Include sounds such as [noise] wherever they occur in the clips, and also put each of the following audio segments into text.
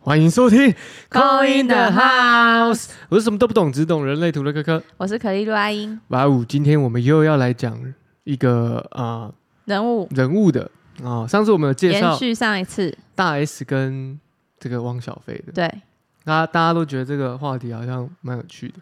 欢迎收听《 Call in the House》，我是什么都不懂，只懂人类图的科科。我是可丽露阿英，八五，哦今天我们又要来讲一个啊、人物人物的啊、上次我们有介延绍续上一次，大 S 跟这个汪小菲的，对，大家大家都觉得这个话题好像蛮有趣的，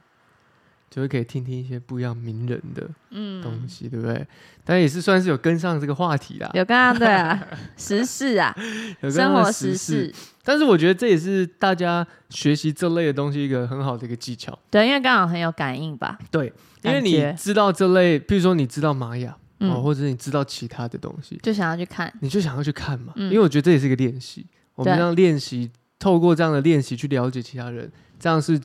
就是可以听听一些不一样名人的东嗯，西，啊对不对？但也是算是有跟上这个话题啦，有刚刚对啊， [laughs] 时事啊， [laughs] 有跟上生活时时事。事，但是我觉得这也是大家学习这类的东西一个很好的一个技巧。对，因为刚好很有感应吧，对，因为感觉你知道这类，比如说你知道玛雅、哦，嗯，或者是你知道其他的东西，就想要去看，你就想要去看嘛。嗯因为我觉得这也是一个练习，我们对让练习透过这样的练习去了解其他人，这样是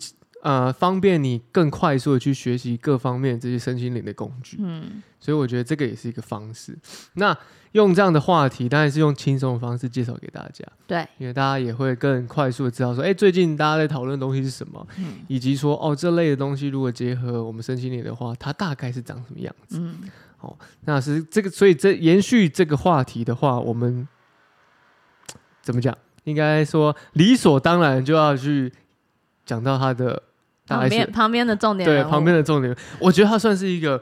呃方便你更快速的去学习各方面这些身心灵的工具。嗯，所以我觉得这个也是一个方式。那用这样的话题，当然是用轻松的方式介绍给大家，对，因为大家也会更快速的知道说，哎、最近大家在讨论的东西是什么，嗯以及说哦这类的东西如果结合我们身心灵的话，它大概是长什么样子。哦嗯，那是这个，所以这延续这个话题的话，我们怎么讲？应该说理所当然就要去讲到它的大旁 S 边旁边的重点对人物旁边的重点，我觉得他算是一个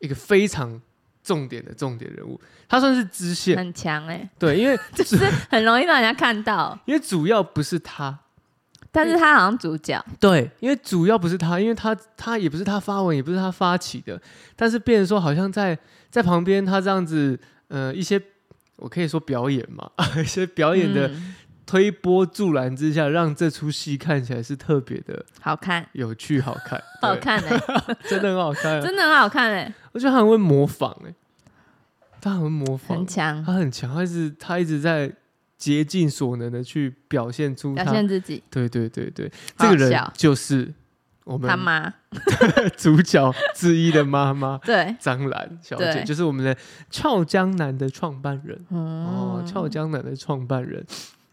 一个非常重点的重点人物，他算是支线。很强哎，对， [laughs] 因为就是很容易让人家 [laughs] 看到，因为主要不是他，但是他好像主角，对，因为主要不是他，因为他他也不是他发文，也不是他发起的，但是变成说好像在在旁边他这样子，呃，一些我可以说表演嘛， [laughs] 一些表演的嗯推波助澜之下，让这出戏看起来是特别的好看，有趣好看，对 [laughs] [laughs] 好，看哎，真的很好 [laughs] 看、啊，真的很好看哎，我觉得他很会模仿哎、他很会模仿很，强，他很强，他一直他一直在竭尽所能的去表现出表他，现自己，对对对对，好这个人笑就是我们他妈，主角之一的妈妈对，张兰小姐，对就是我们的俏江南的创办人、哦，嗯，俏江南的创办人。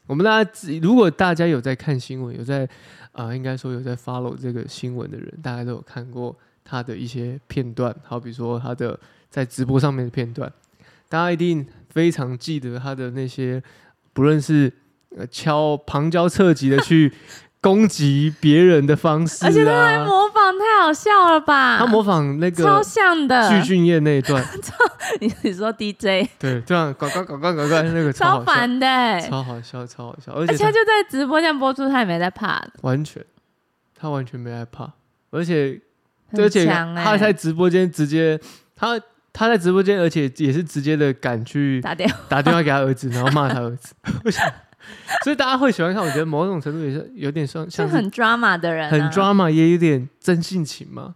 我们大家自如果大家有在看新闻，有在啊、呃应该说有在 follow 这个新闻的人，大家都有看过他的一些片段，好比说他的在直播上面的片段，大家一定非常记得他的那些，不论是呃敲旁敲侧击的去攻击别人的方式、啊，而且他还模仿太好笑了吧？他模仿那超个像的，具俊晔那一段， [laughs] [laughs] 你你说 DJ 对，这样呱呱呱呱呱呱，那个超超好笑，烦的、欸，超好笑，超好笑，而而且且他他就在直播间播出，他也没在怕的，完全，他完全没害怕，而且而很且强哎、他在直播间直接，他他在直播间，而且也是直接的敢去打电话，打电话给他儿子，然后骂他儿 [laughs] 子， [laughs] 我想，所以大家会喜欢看，我觉得某种程度也是有点 [laughs] 像就像是很 drama 的人、啊，很 drama，也有点真性情嘛，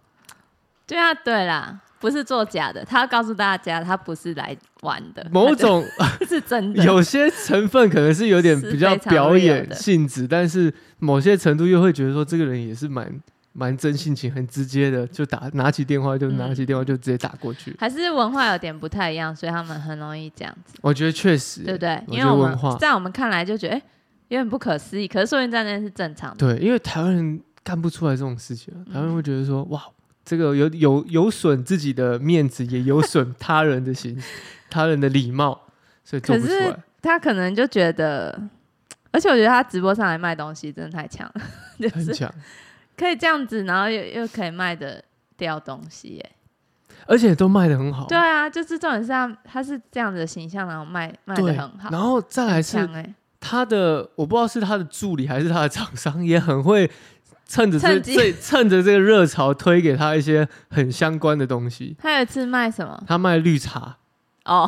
对啊，对啦，不是作假的，他要告诉大家他不是来玩的，某种他 [laughs] 就是真的，有些成分可能是有点是比较非常表 real 演的性质，但是某些程度又会觉得说这个人也是蛮蛮真性情、很直接的，就打拿起电话嗯就拿起电话就直接打过去。还是文化有点不太一样，所以他们很容易这样子，我觉得确实，对不对？我因觉为得我文化们在我们看来就觉得，哎、有点不可思议，可是说明在那是正常的，对，因为台湾人干不出来这种事情啊，台湾人嗯会觉得说哇，这个有有有损自己的面子，也有损他人的 [laughs] 形、他人的礼貌，所以做可不出是来。他可能就觉得，而且我觉得他直播上来卖东西真的太强了， [laughs] 就很是强，可以这样子，然后又又可以卖得掉东西耶。而且都卖的很好。对啊，就是重点是他他是这样子的形象，然后卖卖得对很好，然后再来是强哎，他的我不知道是他的助理还是他的厂商，也很会趁着这趁机这趁着这个热潮推给他一些很相关的东西。他有一次卖什么？他卖绿茶， [laughs] 哦，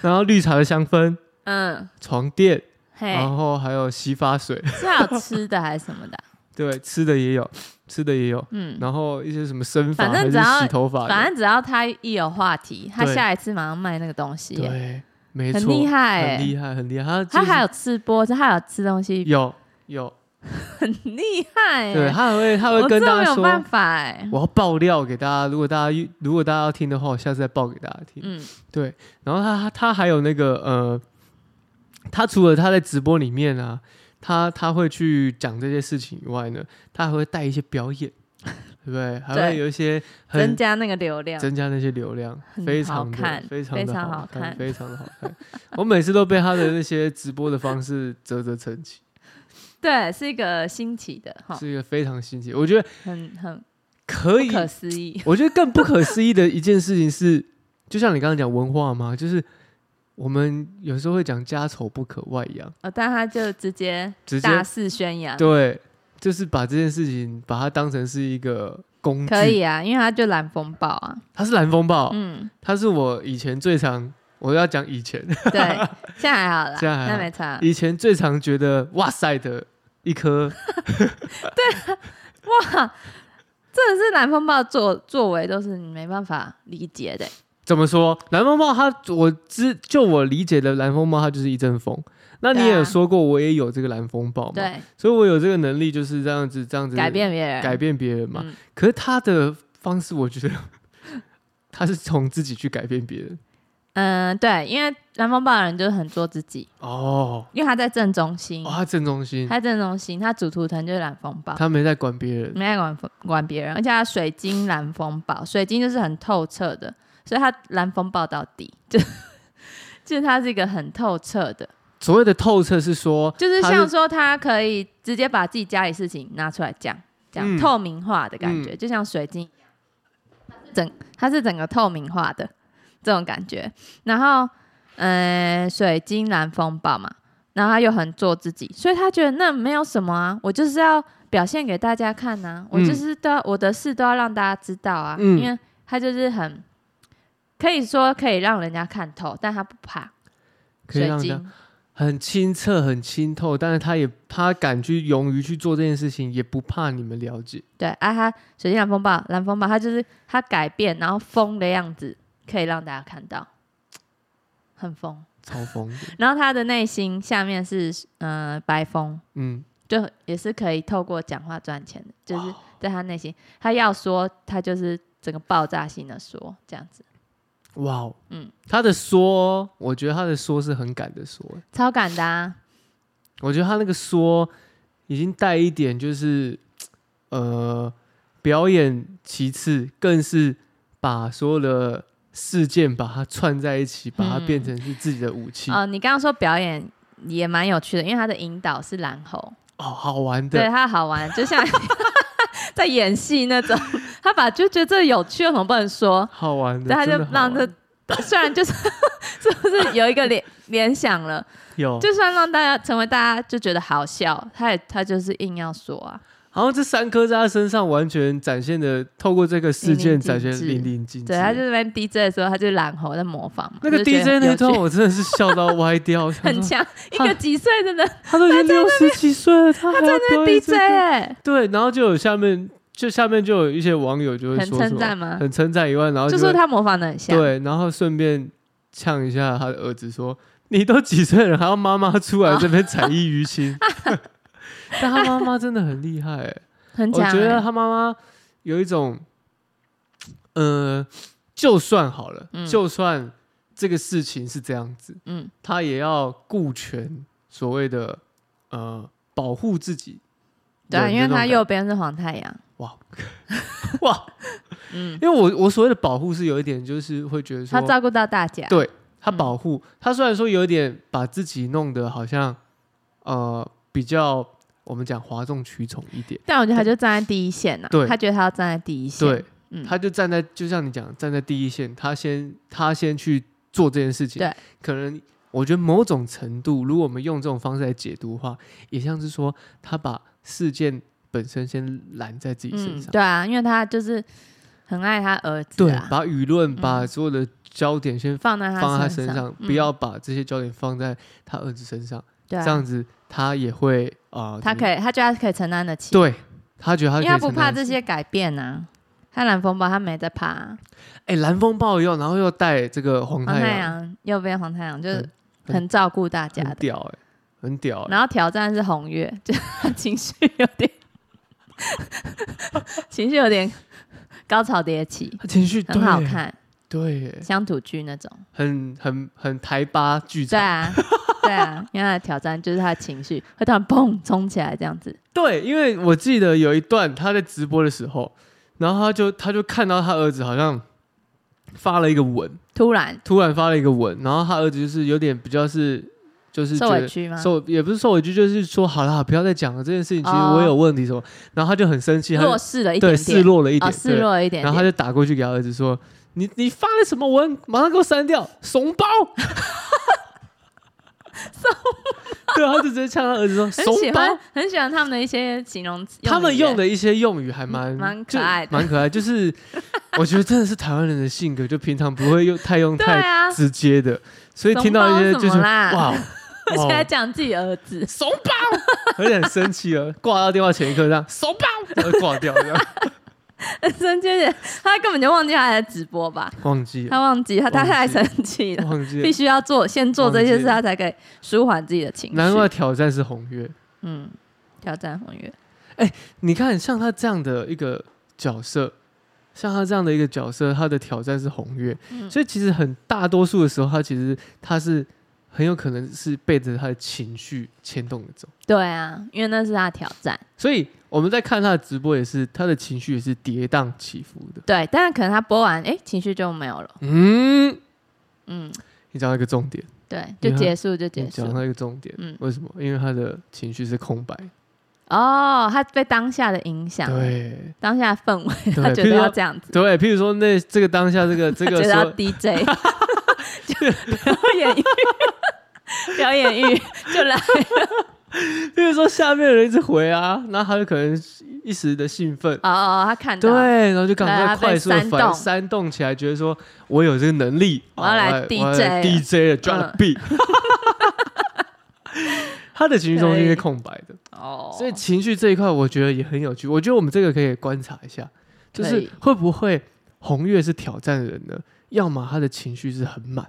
然后绿茶的香氛、嗯，床垫，嘿，然后还有洗发水， [laughs] 是还有吃的还是什么的啊？对，吃的也有，吃的也有， [laughs] 嗯，然后一些什么生发反正还是只要洗头发的，反正只要他一有话题，他对下一次马上卖那个东西耶，对，没错，很厉害很哎。厉害，很厉害。他就他是还有吃播，这还有吃东西，有有，很厉害耶。对，他还会他会我跟真的大没家有办说。法哎。我要爆料给大家，如果大家如果大家要听的话，我下次再爆给大家听。嗯，对，然后他他还有那个呃，他除了他在直播里面啊，他他会去讲这些事情以外呢，他还会带一些表演， [laughs] 对不对？还对会有一些增很加那个流量，增加那些流量，很非好常的看非常非的常好好看非常的好看。我每次都被他的那些直播的方式啧啧称奇，对，是一个新奇的哈，是一个非常新奇，我觉得很很可不以可思议。我觉得更不可思议的一件事情是，就像你刚刚讲文化嘛，就是我们有时候会讲家丑不可外扬，呃，但他就直接直接大肆宣扬，对，就是把这件事情把它当成是一个工具。可以啊，因为他就蓝风暴啊，它是蓝风暴，嗯，它是我以前最常，我要讲以前，对，现在还好啦， [laughs] 现在还好那没差， [laughs] 啊以前最常觉得哇塞的一颗，真的是蓝风暴作作为都是你没办法理解的，怎么 [laughs] 说？蓝风暴它，我知就我理解的蓝风暴，它就是一阵风。那你也对有啊说过，我也有这个蓝风暴嘛，对，啊所以我有这个能力，就是这样子，这样子改变别人，改变别人嘛。嗯可是他的方式，我觉得 [laughs] 他是从自己去改变别人。嗯，对，因为蓝风暴的人就是很做自己，哦，因为他在正中心，哦他正中心，他正中心，他主图腾就是蓝风暴，他没在管别人。没爱管管别人，而且他水晶蓝风暴，水晶就是很透彻的，所以他蓝风暴到底，就 [laughs] 就是他是一个很透彻的，所谓的透彻是说，就是他像说他可以直接把自己家里事情拿出来讲，讲、嗯透明化的感觉，就像水晶一样，整它是整个透明化的这种感觉。然后，呃，水晶蓝风暴嘛，然后他又很做自己，所以他觉得那没有什么啊，我就是要表现给大家看呐、我嗯就是都要、我的事都要让大家知道啊，嗯因为他就是很可以说可以让人家看透，但他不怕可以水让人家晶。很清澈、很清透，但是他也他敢去勇于去做这件事情，也不怕你们了解。对啊，他水晶蓝风暴，蓝风暴，它就是它改变，然后疯的样子可以让大家看到，很疯。超疯 [laughs] 的，然后他的内心下面是嗯、呃白风，嗯，就也是可以透过讲话赚钱的，就是在他内心，他要说他就是整个爆炸性的说这样子，哇哦，嗯嗯，他的说，我觉得他的说是很敢的说，超感的、啊，我觉得他那个说已经带一点，就是呃，表演其次，更是把所有的事件把它串在一起，把它嗯变成是自己的武器。哦、你刚刚说表演也蛮有趣的，因为他的引导是蓝猴，哦，好玩对的，他好玩，就像 [laughs] 在演戏那种，他把就觉得这有趣，有什么不能说？好玩的，对，他就真的好让玩这 [laughs] 虽然就是是不是有一个联联想了，有，就算让大家成为大家就觉得好笑，他也他就是硬要说啊，好像这三颗在他身上完全展现的，透过这个事淋漓件尽展现致淋漓尽致。对，他就在那边 DJ 的时候，他就懒猴在模仿嘛，那个我就觉得 DJ 那一有趣段，我真的是笑到歪掉。我想 [laughs] 很说强，[laughs] 一他个几岁的人他都已经六十几岁了， [laughs] 他还要表演 DJ 这个哎、对，然后就有下面就下面就有一些网友就会很说什称么赞吗？很称赞以外，然后就会说他模仿的很像，对，然后顺便呛一下他的儿子说：“你都几岁了，还要妈妈出来这边才艺于亲？” [laughs] 但他妈妈真的很厉害、欸，很我强、觉得欸，他妈妈有一种，呃，就算好了，嗯就算这个事情是这样子，嗯，他也要顾全所谓的呃保护自己对人的那啊，种感觉。因为他右边是黄太阳，哇哇，嗯，因为我我所谓的保护是有一点，就是会觉得说他照顾到大家，对他保护、他虽然说有一点把自己弄得好像呃比较我们讲哗众取宠一点，但我觉得他就站在第一线呐、对他觉得他要站在第一线，对，嗯他就站在就像你讲站在第一线，他先他先去做这件事情，对，可能。我觉得某种程度，如果我们用这种方式来解读的话，也像是说他把事件本身先揽在自己身上，对啊，因为他就是很爱他儿子、对啊，，把舆论、嗯把所有的焦点先放在他放在他身身上，嗯不要把这些焦点放在他儿子身上，对啊这样子他也会啊，呃他以，可以，他觉得他可以承担得起，对他觉得他因可以为他不承担怕得这起。些改变啊。他蓝风暴，他没在怕、啊。哎，蓝风暴又然后又带这个黄黄太阳，阳右边黄太阳就是很很照顾大家很的，屌哎，很屌哎，然后挑战是红月，就情绪有点 [laughs] 情绪有点高潮迭起，他情绪很好，看，对耶，对耶，乡土剧那种。很很很台巴剧对场，啊，对啊，因为他的挑战就是他的情绪会突然砰冲起来这样子。对，因为我记得有一段他在直播的时候，然后他就他就看到他儿子好像发了一个吻，突然突然发了一个吻，然后他儿子就是有点比较是就是受觉委得屈吗？受也不是受委屈，就是说好了，不要再讲了这件事情，其实我有问题什么，然后他就很生气，他弱就势哦了一点对点，示弱了一啊，点，示弱了一点然后他点。就打过去给他儿子说：“你你发了什么文？马上给我删掉，怂 [laughs] 包！” [laughs] 对，他就直接呛他儿子说：“很怂喜包欢，很喜欢他们的一些形容词，！”他们语用耶的一些用语还蛮蛮就可爱的蛮可爱。就是 [laughs] 我觉得真的是台湾人的性格，就平常不会用太用对太啊，直接的，所以听到一些怂就包怎是么啦 [laughs] 哇，而且还哇讲自己儿 [laughs] 子，怂包，而且很生气了，挂到电话前一刻这样怂包，然后挂掉，这样生气点，他根本就忘记他在直播 [laughs] 吧？忘记 [laughs] 了，他忘记他，他忘记太生气了，忘记必了，须要做，先做这些忘事，记了他才可以舒缓自己的情绪。难怪挑战是红月。嗯，挑战红月，你看，像他这样的一个角色，像他这样的一个角色，他的挑战是红月，嗯所以其实很大多数的时候，他其实他是很有可能是背着他的情绪牵动着走。对啊，因为那是他的挑战，所以我们在看他的直播，也是他的情绪也是跌宕起伏的。对，但是可能他播完，哎，情绪就没有了，嗯，嗯，你讲到一个重点，对，因为就他结束就你结束讲，到一个重点，嗯，为什么？因为他的情绪是空白。哦，他被当下的影响，对当下的氛围，对他觉得譬如要说这样子，对，譬如说那这个当下，这个这他个 [laughs] 觉得要说 DJ，就表演欲，表 [laughs] 演欲就来，譬如说下面的人一直回啊，那他就可能一时的兴奋，哦哦，他看到，对，然后就赶对快他被快速的煽反动煽动起来，觉得说我有这个能力，我要来嗯啊 DJ 了 DJ 了，drop beat。他的情绪中心是空白的，哦，所以情绪这一块我觉得也很有趣。我觉得我们这个可以观察一下，就可是以会不会红月是挑战人呢？要么他的情绪是很满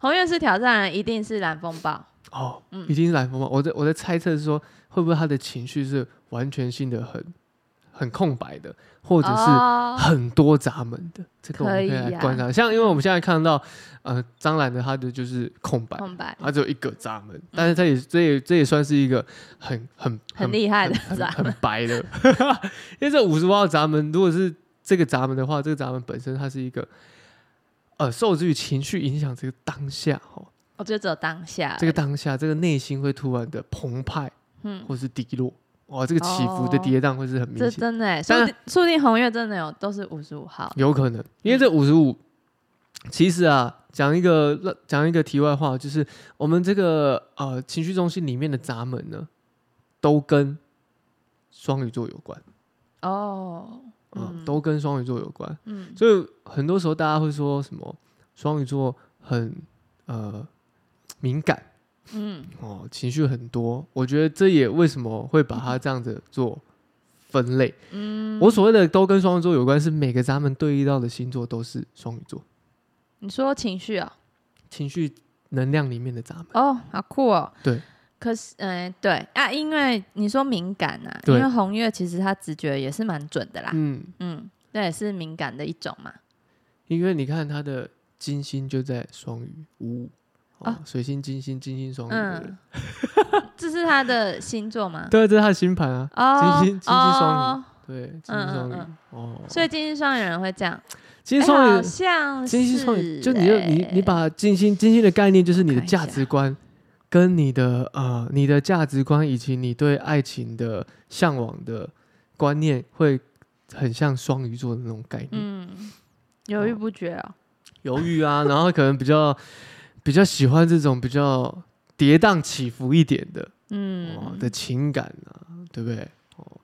红月是挑战人，一定是蓝风暴，哦，嗯已经是蓝风暴。我在我在猜测是说，会不会他的情绪是完全性的很很空白的，或者是哦很多闸门的，这个我们可以可以来呀观察。像因为我们现在看到，呃，张兰的她的就是空白，空白，嗯它只有一个闸门，但是这也这也这也算是一个很很很厉害的很闸很很白的。 [laughs] 因为这五十号闸门，如果是这个闸门的话，这个闸门本身它是一个。呃，受制于情绪影响，这个当下哦，我觉得只有当下这个当下，这个内心会突然的澎湃嗯，或是低落，哇，这个起伏的哦跌宕会是很明这显。真的欸，说但不定说不定红月真的有都是五十五号，有可能，因为这五十五，其实啊，讲一个讲一个题外话，就是我们这个呃情绪中心里面的闸门呢，都跟双鱼座有关，哦，嗯，嗯都跟双鱼座有关，嗯，所以很多时候大家会说什么双鱼座很呃敏感嗯，哦，情绪很多，我觉得这也为什么会把它这样子做分类。嗯，我所谓的都跟双鱼座有关，是每个闸门对应到的星座都是双鱼座。你说情绪哦，情绪能量里面的闸门。哦，好酷哦，对。可是，嗯、对啊，因为你说敏感啊，因对为红月其实他直觉也是蛮准的啦，嗯，嗯，那也是敏感的一种嘛，因为你看它的金星就在双鱼五五，哦啊，水星、金星、金星双鱼的人嗯， [laughs] 这是他的星座吗？对啊，这是他的星盘啊，哦，金星金星双哦，对，金星双嗯鱼嗯，哦，所以金星双鱼人会这样，金星哎双好鱼，像金星双鱼，是就哎你就你你把金星金星的概念就是你的看一价下值观。跟你的呃，你的价值观以及你对爱情的向往的观念，会很像双鱼座的那种概念。嗯，犹豫不决哦，犹豫啊，然后可能比较比较喜欢这种比较跌宕起伏一点的、哦嗯，的情感啊，对不对？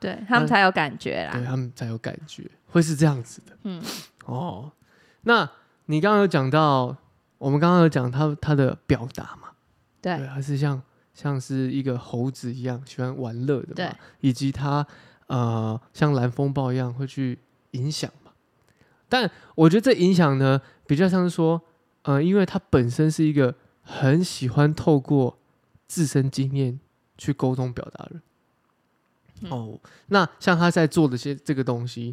对他那们才有感觉对啦，他们才有感觉，会是这样子的嗯，哦。那你刚刚有讲到，我们刚刚有讲他他的表达嘛，对，对他是像像是一个猴子一样喜欢玩乐的对嘛，以及他呃像蓝风暴一样会去影响嘛。但我觉得这影响呢，比较像是说，呃，因为他本身是一个很喜欢透过自身经验去沟通表达的人。嗯哦，那像他在做的些这个东西，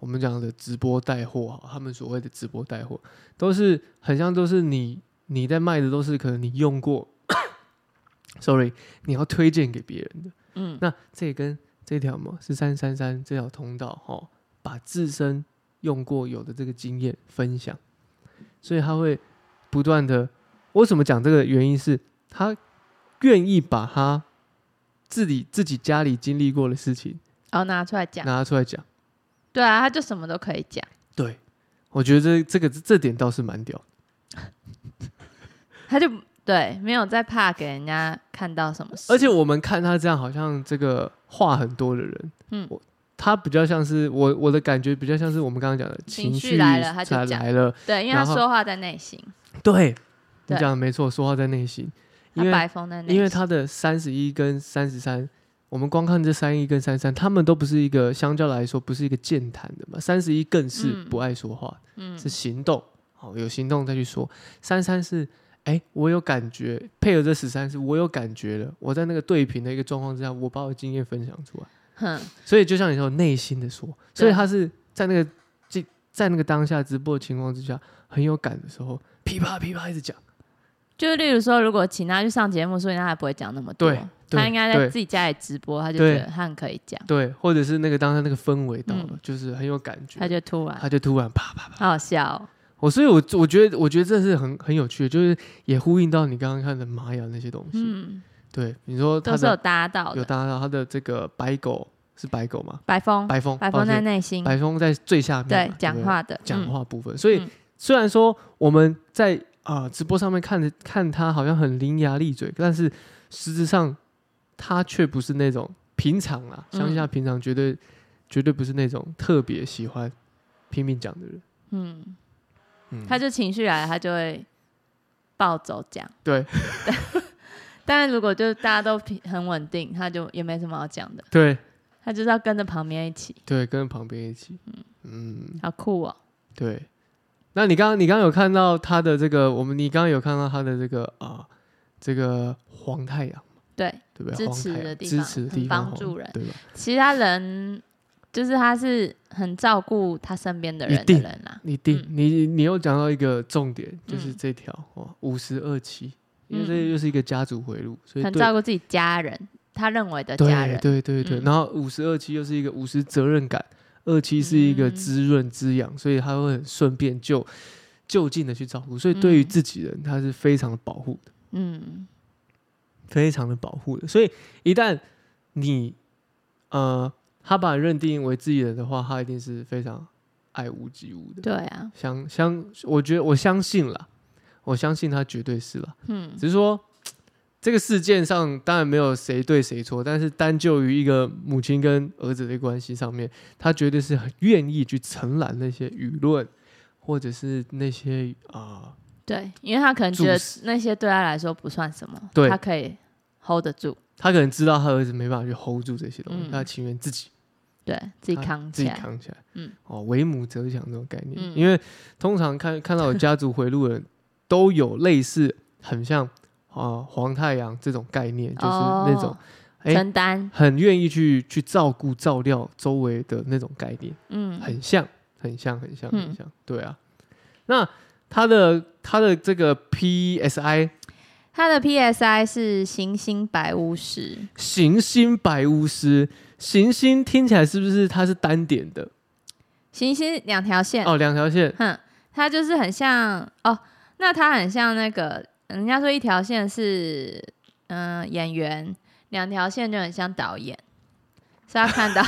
我们讲的直播带货哈，他们所谓的直播带货，都是很像都是你你在卖的都是可能你用过，sorry，你要推荐给别人的。嗯，那这也跟这条嘛是三三三这条通道哈、把自身用过有的这个经验分享，所以他会不断的。我怎么讲这个原因是，他愿意把他自己自己家里经历过的事情然后拿出来讲。拿出来讲。对啊，他就什么都可以讲。对，我觉得这这个这点倒是蛮屌。他就对没有在怕给人家看到什么事，而且我们看他这样，好像这个话很多的人，嗯我他比较像是我我的感觉比较像是我们刚刚讲的情绪绪来了他就才讲来了，对，因为他然后说话在内心，对你对讲的没错，说话在内心，他因为白风在内心，因为他的三十一跟三十三。我们光看这三一跟三三，他们都不是一个相较来说不是一个健谈的嘛。三十一更是嗯不爱说话，嗯是行动，好、有行动再去说。三三是，哎、我有感觉，配合这十三是，我有感觉了。我在那个对平的一个状况之下，我把我的经验分享出来。哼所以就像你说，内心的说，所以对他是在那个在在那个当下直播的情况之下，很有感的时候，噼啪噼啪一直讲。就是例如说，如果请他去上节目，所以他还不会讲那么多对，对他应该在对自己家里直播，他就对觉得他很可以讲，对，或者是那个当下那个氛围到了，嗯就是很有感觉，他就突然他就突然啪啪啪。好好笑哦，我所以我，我觉得我觉得这是很很有趣的，就是也呼应到你刚刚看的玛雅那些东西。嗯，对，你说他都的是有搭到有的，搭到他的这个白狗是白狗吗？白风白风，哦白抱风在歉内心，白风在最下面嘛，对对不对，讲话的讲嗯话部分。所以嗯虽然说我们在啊、直播上面看着看他好像很伶牙俐嘴，但是实质上他却不是那种平常啊，嗯相信他平常绝对绝对不是那种特别喜欢拼命讲的人。嗯，嗯，他就情绪来了，他就会暴走讲，对 [laughs] 但如果就是大家都平很稳定，他就也没什么好讲的，对他就是要跟着旁边一起，对，跟旁边一起，嗯。好酷哦，对，那你刚刚你刚刚有看到他的这个，我们你刚刚有看到他的这个啊、这个黄太阳，对，对不对？支黄持太的阳地支方持的很地方，帮黄助人对吧？其他人就是他是很照顾他身边的一人的定人啦、你定、嗯你你又讲到一个重点，就是嗯这条哦，五十二期，因为嗯这就是一个家族回路，所以很对照顾自己家人，他认为的家对人。对对对，嗯然后五十二期又是一个五十责任感，二期是一个嗯滋润滋养，所以他会很顺便就就近的去照顾，所以对于嗯自己人他是非常的保护。嗯，非常的保护的。所以一旦你呃他把你认定为自己人的话，他一定是非常爱屋及乌的。对啊，相相，我觉得我相信啦，我相信他绝对是啦。嗯，只是说这个事件上当然没有谁对谁错，但是单就于一个母亲跟儿子的关系上面，他绝对是很愿意去承揽那些舆论。或者是那些啊、对，因为他可能觉得注视那些对他来说不算什么，对他可以 hold 得住，他可能知道他儿子没办法去 hold 住这些东西，嗯他情愿自己对自己他扛啊自起己来。扛起来，嗯，哦，为母则强这种概念，嗯因为通常看看 [laughs] 到有家族回路的人都有类似很像啊、呃黄太阳这种概念，就是那种哦哎承担，很愿意去去照顾照料周围的那种概念，嗯，很像，很像，很像，嗯很像，对啊。那他的他的这个 PSI 他的 PSI 是行星白巫师，行星白巫师，行星听起来是不是它是单点的？行星两条线，哦，两条线，哼，它就是很像哦，那它很像那个，人家说一条线是嗯、演员，两条线就很像导演，是他看到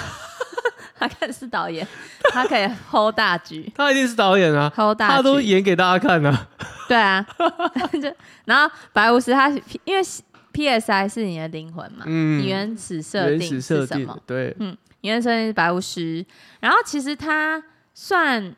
[laughs] 他看是导演，他可以 hold 大局他一定是导演啊， ，hold 大他都局，演给大家看啊。对啊， [laughs] 就然后白巫师他因为 PSI 是你的灵魂嘛，嗯你原始设原定始是设什定么？，对，因为森是白巫师，然后其实他算，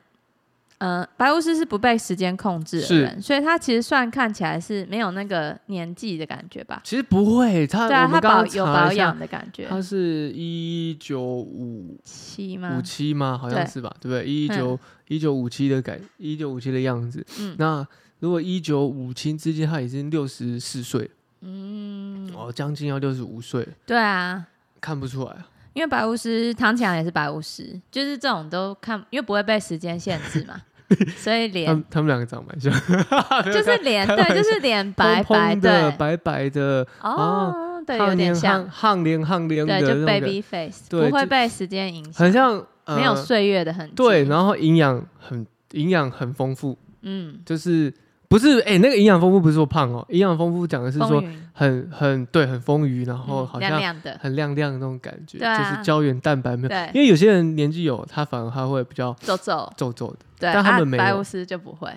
呃，白巫师是不被时间控制的是人，所以他其实算看起来是没有那个年纪的感觉吧？其实不会，他对啊，我他们刚保刚有查了保一养下，的感觉，他是一九五七五吗？七吗？好像嗯对是吧，对不对？一九一九五七的改，一九五七的样子。嗯那如果一九五七之间，他已经六十四岁，嗯，哦，将近要六十五岁了，对啊，看不出来啊。因为白巫师唐启阳也是白巫师，就是这种都看，因为不会被时间限制 [laughs] 嘛，所以他脸们他们两个长蛮像， [laughs] 就就是 [laughs] 脸，嗯开玩笑对，就是脸白白的、对，白白的，哦，对，有憨点脸像憨，憨脸憨脸的对，那就种感 baby face，对不会就被时间影响，很像呃没有岁月的痕迹。对，然后营养很营养很丰富，嗯，就是不是哎、那个营养丰富不是说胖哦，营养丰富讲的是风说云，很很对很丰腴，然后嗯好亮像亮的，很亮亮的那种感觉，对啊就是胶原蛋白没有。对，因为有些人年纪有，他反而他会比较皱皱，皱皱的。对，但他啊们没有白巫师就不会，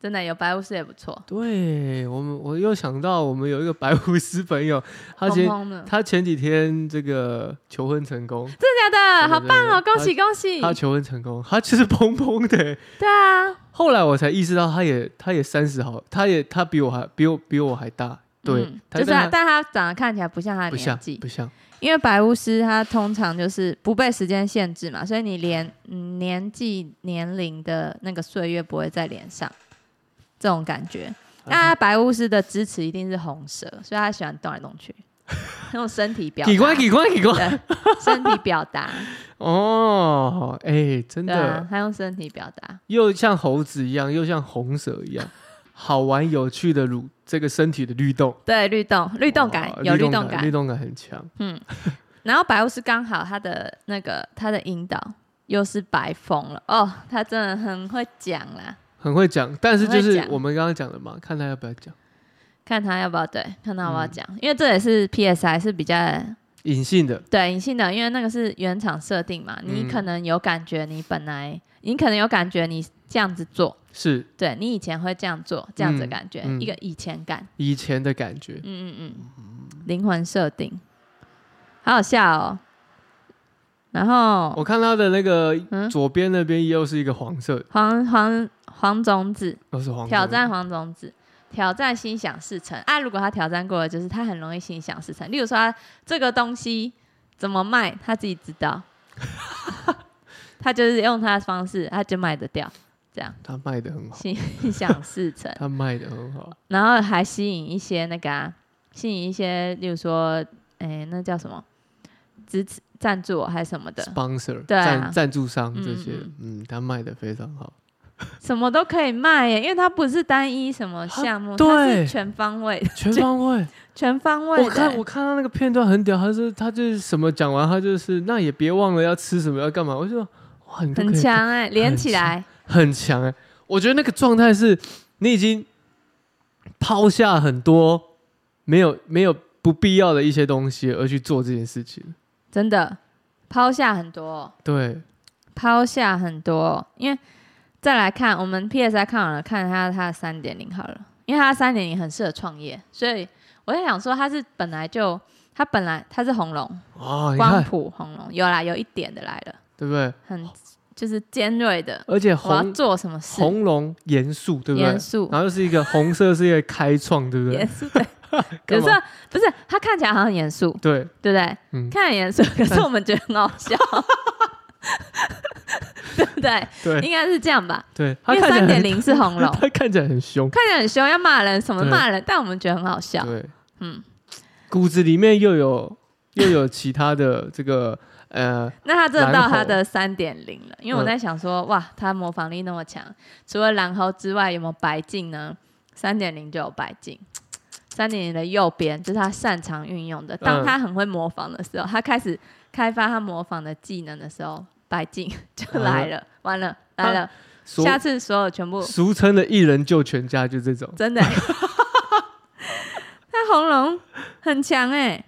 真的有白巫师也不错，对我们，我又想到我们有一个白巫师朋友，他蓬前蓬的，他前几天这个求婚成功，真的假的？对好对棒哦，对恭喜恭喜！他求婚成功，他其实蓬蓬的欸。对啊，后来我才意识到，他也他也三十好，他也他比我还比我比我还大，对，嗯他就是啊，但但他长得看起来不像他他的不年像纪，不像，因为白巫师他通常就是不被时间限制嘛，所以你连、嗯、年纪、年龄的那个岁月不会在脸上，这种感觉。那嗯他白巫师的支持一定是红蛇，所以他喜欢动来动去，用身体表给光达，给光给光对， [laughs] 身体表达，哦，哎、真对的、啊，他用身体表达，又像猴子一样，又像红蛇一样， [laughs] 好玩有趣的蠕这个身体的律动，对，律动，律动感哇有哦律律动感，律动感很强。嗯，然后白巫师刚好他的那个他的引导又是白风了哦，他真的很会讲啦，很会讲，但是就很会是讲我们刚刚讲的嘛，看他要不要讲，看他要不要对，看他要不要讲，因为这也是 PSI 是比较隐性的，对隐性的，因为那个是原厂设定嘛，你嗯可能有感觉，你本来你可能有感觉，你这样子做，是对你以前会这样做，这样子的感觉，嗯嗯一个以前感，以前的感觉。嗯嗯嗯，灵魂设定，好好笑哦。然后我看他的那个哦嗯左边那边又是一个黄色，黄黄黄种子又是黄色挑战黄种子，挑战心想事成啊！如果他挑战过了，就是他很容易心想事成。例如说，他这个东西怎么卖，他自己知 [laughs] 道，他就是用他的方式，他就卖得掉，这样他卖的很好，心心想事成，他卖的很好，然后还吸引一些那个、啊，吸引一些，例如说，哎、那叫什么支持赞助还是什么的， sponsor 对啊赞赞助商嗯这些嗯，嗯，他卖的非常好，什么都可以卖耶，因为它不是单一什么它项目，它啊对是全方位的、全方位。全方位的。我看我看到那个片段很屌，他是他就是什么讲完，他就是那也别忘了要吃什么要干嘛，我就说哇，你都很可以强哎、连起来，很强哎、我觉得那个状态是你已经抛下很多没有没有不必要的一些东西而去做这件事情。真的抛下很多，对，抛下很多。因为再来看我们 PSI 看完了，看它它的三点零好了，因为它三点零很适合创业，所以我在想说它是本来就它本来它是红龙哇，你光看谱红龙，有啦有一点的来了，对不对？很就是尖锐的，而且我要红做什么事，红龙严肃，对不对严？肃然后又是一个红色，是一个开创，对不严 [laughs] 对？肃 [laughs] 对。干嘛有时候不是，它看起来好像很严肃，对，对不对？嗯，看很 [laughs] 严肃，可是我们觉得很好笑，对不对？对应该是这样吧，对，他因为看起来三点很， [laughs] 零是红龙，他看起来很凶，看起来很凶，要骂人什么对骂人，但我们觉得很好笑。对，嗯，骨子里面又有又有其他的这个呃，那他真的蓝到猴他的三点零了，因为我在想说，哇，他模仿力那么强，除了蓝猴之外，有没有白镜呢？三点零就有白镜。三点零的右边就是他擅长运用的。当嗯他很会模仿的时候，他开始开发他模仿的技能的时候，白镜 [laughs] 就来嗯了，完了来了，俗下次所有全部俗称的一人救全家，就这种。真的、欸。 [laughs] 他红龙很强哎、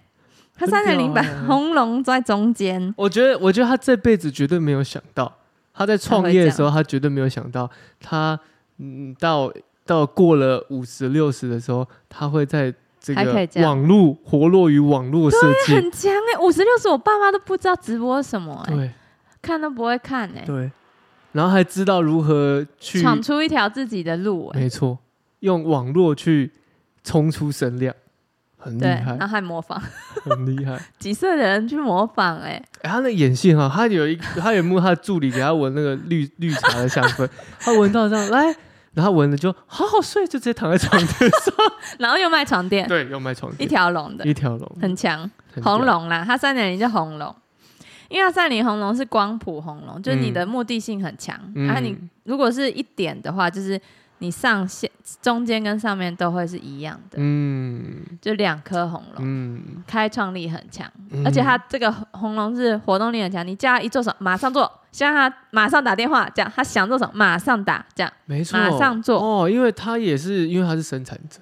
他三很屌点零把欸红龙在中间，我觉得，我觉得他这辈子绝对没有想到，他在创业的时候，他绝对没有想到，他嗯，到到过了五十六十的时候，他会在这还可以个这样网络活络于网络世界。 [laughs] 很强哎、五十六是我爸妈都不知道直播是什么哎、对看都不会看哎、对，然后还知道如何去，闯出一条自己的路哎、没错，用网络去冲出声量，很厉对，害然，后还模仿， [laughs] 很厉害。几岁的人去模仿哎、哎、他那演戏哈，他有一他有幕他的助理给他闻那个绿绿茶的香氛，他闻到这样来，然后他闻了就好好睡，就直接躺在床垫 [laughs] 上。然后又卖床垫，对，又卖床一垫，条龙的，一条龙，很强，很屌红。龙啦，他三点零就红龙。因为它三点零红龙是光谱红龙，就是你嗯的目的性很强。嗯啊，你如果是一点的话，就是你上线中间跟上面都会是一样的，嗯就两颗红龙，嗯，开创力很强，嗯而且它这个红龙是活动力很强，你叫他一做什么马上做，先让他马上打电话，这样他想做什么马上打，这样没错，马上做哦，因为他也是因为他是生产者，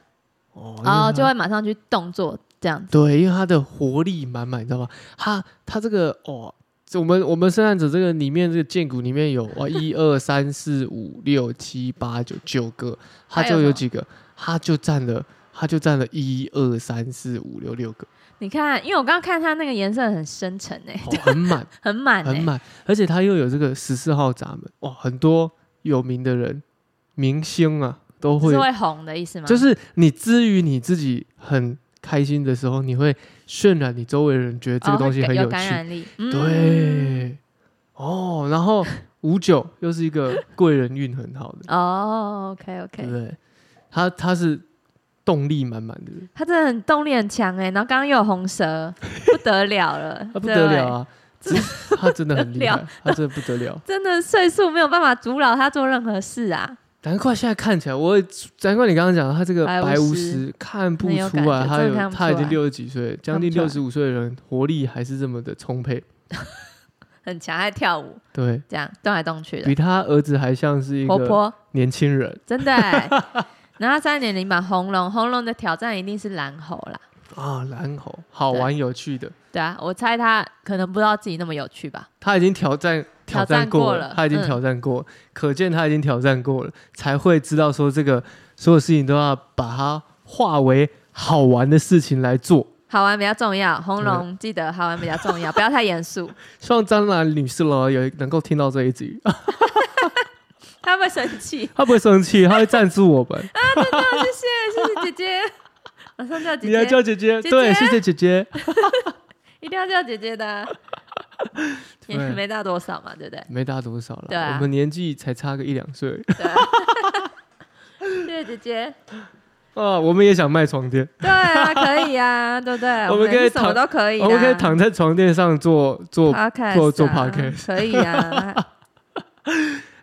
哦，因为然后他就会马上去动作这样子。对，因为他的活力满满，你知道吗？他他这个哦，这我们我们生产者这个里面这个剑骨里面有 [laughs] 哇一二三四五六七八九九个，他还有就什有么几个，他就占了他就占了一二三四五六六个，你看，因为我刚刚看它那个颜色很深沉哎、 [laughs] 哦、很满很满哎、很满，而且他又有这个十四号闸门，哇，很多有名的人明星啊都会是会红的意思吗？就是你之于你自己很开心的时候，你会渲染你周围的人，觉得这个哦东会西感很有趣。感染力，嗯，对，哦，然后五 [laughs] 九又是一个贵人运很好的，哦，OK 对不 OK，对？他他是动力满满的人，他真的很动力很强哎、然后刚刚又有红蛇，不得了了， [laughs] 他不对得对 [laughs] 了啊！只是他真的很厉害了，他真的不得了。 [laughs] 真的岁数没有办法阻扰他做任何事啊，难怪现在看起来，我也难怪你刚刚讲他这个白白巫巫师师看不很有出感来，觉他真的有看不他已出经来六十几岁，将看近不出六来十五岁的人，活力还是这么的充沛。很强，还跳舞，对，这样动来动去的，比他儿子还像是一活个泼，年轻人真的、欸。 [laughs] 然后三点零版红龙，红龙的挑战一定是蓝猴啦，啊，蓝猴，好对玩有趣的。对啊，我猜他可能不知道自己那么有趣吧，他已经挑战挑战战过了，了他已经嗯挑战过，可见他已经挑战过了，才会知道说这个所有事情都要把它化为好玩的事情来做。好玩比较重要，红龙记得好玩比较重要，不要太严肃，希望张兰女士喽有能够听到这一集， [laughs] [laughs] 他会生气。她不会生气，她会赞助我们。 [laughs] 谢谢姐姐， [laughs] 马上叫姐你要姐，叫姐姐，姐姐对，谢谢姐姐。一定要叫姐姐的啊，[laughs] 也对没大多少嘛，对不对？没大多少了，对啊我们年纪才差个一两岁对啊， [laughs] 谢谢姐姐，啊，我们也想卖床垫，对啊，可以啊，对不对？我们们可以也是什么躺都可以的我啊，们可以躺在床垫上做做， podcast 做做啊 podcast 可以 [laughs] 啊，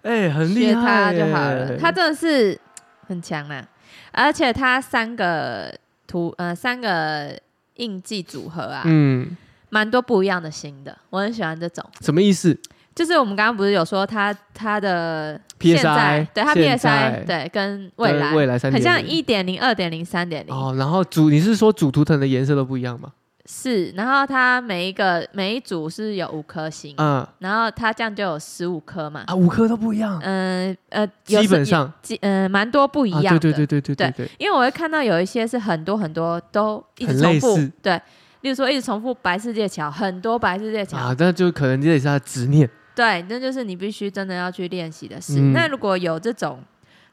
哎，很厉学他害就好耶了，他真的是很强啊，而且他三个图呃三个印记组合啊，嗯，蛮多不一样的新的，我很喜欢这种。什么意思？就是我们刚刚不是有说他他的 PSI 现在对他现在 PSI 对跟未来跟呃未来三很像1.0一点零、二点零、三点零哦，然后主你是说主图腾的颜色都不一样吗？是，然后它每一个每一组是有五颗星，啊然后它这样就有十五颗嘛，啊，五颗都不一样，嗯呃有基时本上有基嗯蛮多不一样的，啊，对对对对对对因为我会看到有一些是很多很多都一很直类重复似，对，例如说一直重复白世界桥，很多白世界桥，啊，那就可能这也是他的执念，对，那就是你必须真的要去练习的事。嗯那如果有这种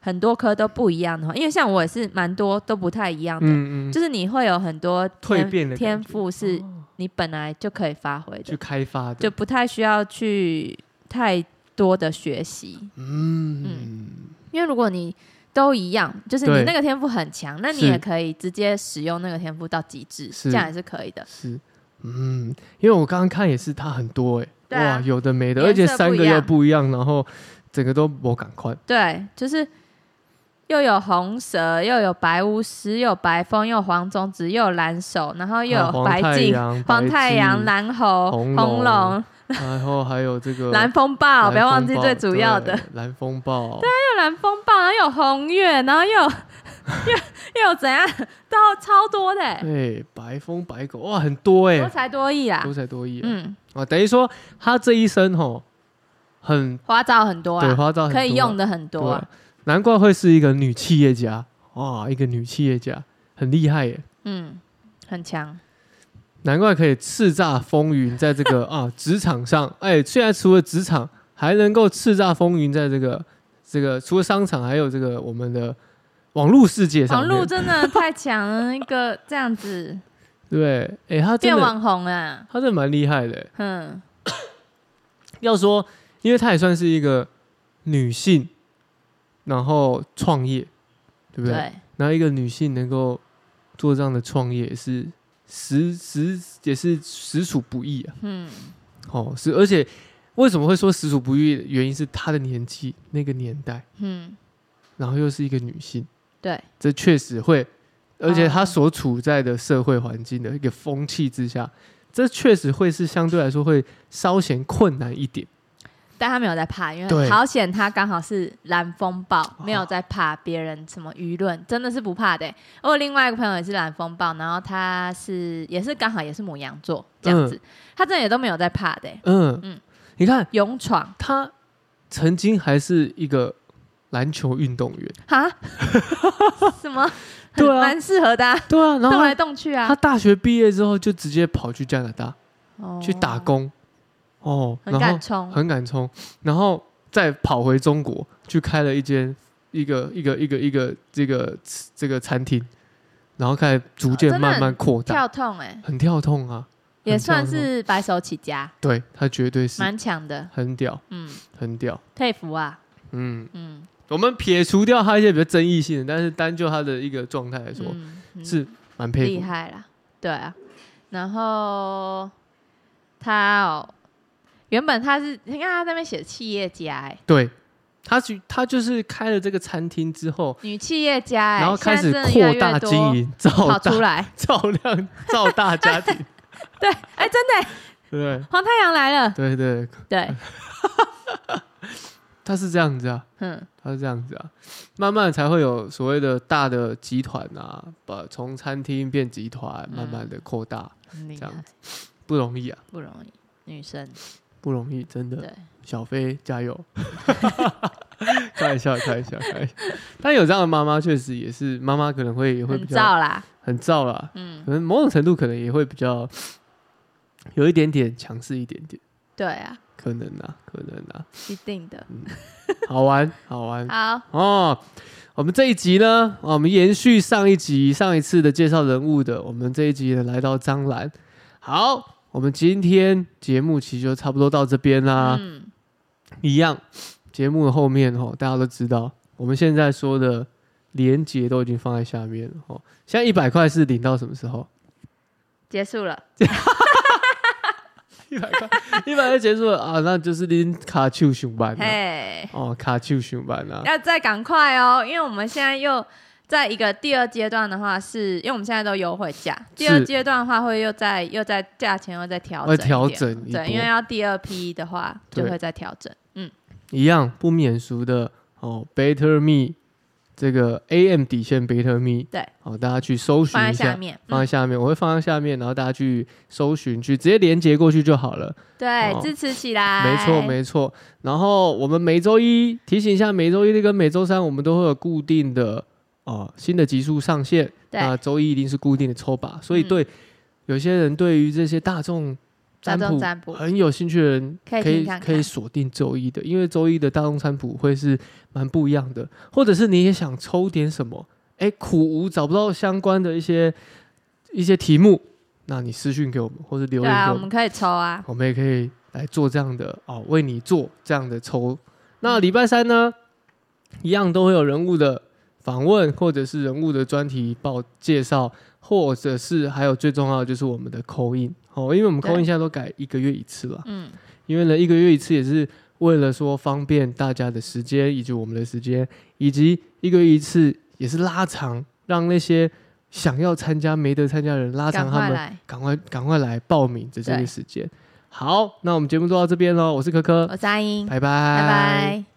很多科都不一样的话，因为像我也是蛮多都不太一样的，嗯嗯，就是你会有很多蜕天变的感觉天赋是哦你本来就可以发挥去的，开发的，就不太需要去太多的学习，嗯因为如果你都一样，就是对你那个天赋很强，那你是也可以直接使用那个天赋到极致，是这样也是可以的。是。嗯，因为我刚刚看也是它很多哎、对啊哇，有的没的，而颜且色三不个一又样不一样，然后整个都我赶快，对，就是又有红蛇，又有白巫师，又有白风，又有黄种子，又有蓝手，然后又啊有黄白太镜、阳、黄太阳、蓝，蓝猴、红龙红龙、然后还有这个蓝风暴，蓝不要忘记风暴最主要的对又蓝风暴，有蓝风暴，然后又有红月，然后又有 [laughs] 又又有怎样，到超多的欸，对，白风白狗哇，很多哎、多才多艺啦多。才多艺啊、嗯，啊，等于说他这一生吼，很花招很多对啦，花招很多啊可以用的很对多啊。难怪会是一个女企业家哇，一个女企业家很厉害耶，嗯，很强。难怪可以叱咤风云，在这 [laughs] 个啊职场上，哎，现在除了职场，还能够叱咤风云，在这个这个除了商场，还有这个我们的网络世界上网面，络真的太强了，一个这样 [laughs] 子对，哎，他真变的网红啊，他真的蛮厉害的耶，嗯。要说，因为她也算是一个女性，然后创业，对不对？对，然后一个女性能够做这样的创业，也是实实也是实属不易啊。嗯，哦，是，而且为什么会说实属不易？原因是她的年纪，那个年代，嗯，然后又是一个女性，对，这确实会，而且她哦所处在的社会环境的一个风气之下，这确实会是相对来说会稍显困难一点。但他没有在怕，因对哦为好险他刚好是蓝风暴，没有在怕别人什么舆论，真的是不怕的欸、我有另外一个朋友也是蓝风暴，然后他是也是刚好也是母羊座这样子，他真的也都没有在怕的欸、嗯嗯嗯，你看勇闯她曾经还是一个篮球运动员， [laughs] 哈，什么很对啊蛮适合的、啊，对啊，然后动她来动去啊她，大学毕业之后就直接跑去加拿大哦去打，工，哦，很然后敢冲，很敢冲，然后再跑回中国去开了一间一个一个一个一个这个这个餐厅，然后开始逐哦真渐的慢很慢扩大，跳痛哎、很跳痛啊，也很跳算痛是白手起家，对他绝对是蛮强的，很屌，嗯，很屌。佩服啊，嗯，嗯，我们撇除掉他一些比较争议性的，但是单就他的一个状态来说，嗯嗯是蛮佩厉服的。害啦，对啊。然后他哦，原本他是你看他在那边写企业家、欸，对，他去他就是开了这个餐厅之后，女企业家、欸，然后开现始在真的越来扩越大多经，营，造跑大 [laughs] 出来，照亮照大家庭， [laughs] 对，哎、真的欸、对黄太阳来了，对对，对， [laughs] 他是这样子啊。嗯，它是这样子啊，慢慢才会有所谓的大的集团啊，把从餐厅变集团，嗯慢慢的扩大，很厉这样害，不容易啊，啊不容易，女生，不容易，真的。对，小飞加油！ [laughs] 开玩笑，开玩笑，开玩笑。但有这样的妈妈，确实也是妈妈可能会也会比很较燥啦，很燥啦，嗯，可能某种程度可能也会比较有一点点强势一点点，对啊，可能啊，可能啊，一定的。好玩， [laughs] 好玩。好，哦，我们这一集呢，哦我们延续上一集上一次的介绍人物的，我们这一集呢来到张兰。好，我们今天节目其实就差不多到这边啦。嗯，一样，节目的后面哦，大家都知道，我们现在说的连接都已经放在下面了哦。现在一百块是领到什么时候？结束了，一百块，一百块结束了啊，那就是拎卡丘熊班了、嘿。哦，卡丘熊班啊啦、要再赶快哦，因为我们现在又在一个第二阶段的话是，因为我们现在都优惠价，第二阶段的话会又在又在价钱又在调整会一点，调整一波对，因为要第二批的话对就会再调整，嗯，一样不免俗的哦，Better Me 这个 AM 底线 Better Me，对，哦，大家去搜寻放在一下下，面，放在嗯，下面，我会放在下面，然后大家去搜寻，去直接连接过去就好了。嗯对，哦支持起来，没错，没错。然后我们每周一提醒一下，每周一跟每周三我们都会有固定的哦新的集数上线，对那周一一定是固定的抽把，所以嗯对、有些人对于这些大众。大占众卜占卜很有兴趣的人可以可以听看看可以锁定周一的，因为周一的大众占卜会是蛮不一样的，或者是你也想抽点什么，哎，苦无找不到相关的一些一些题目，那你私讯给我们，或者留对言啊，给我我们们，可以抽啊，我们也可以来做这样的哦，为你做这样的抽。嗯那礼拜三呢，一样都会有人物的访问，或者是人物的专题报介绍，或者是还有最重要的就是我们的扣印哦，因为我们对扣印现在都改一个月一次了。嗯，因为呢，一个月一次也是为了说方便大家的时间，以及我们的时间，以及一个月一次也是拉长，让那些想要参加没得参加的人拉赶长他快们来，赶快赶快来报名的这个对时间。好，那我们节目做到这边喽，我是可可，我是阿英，嗯拜拜，拜拜拜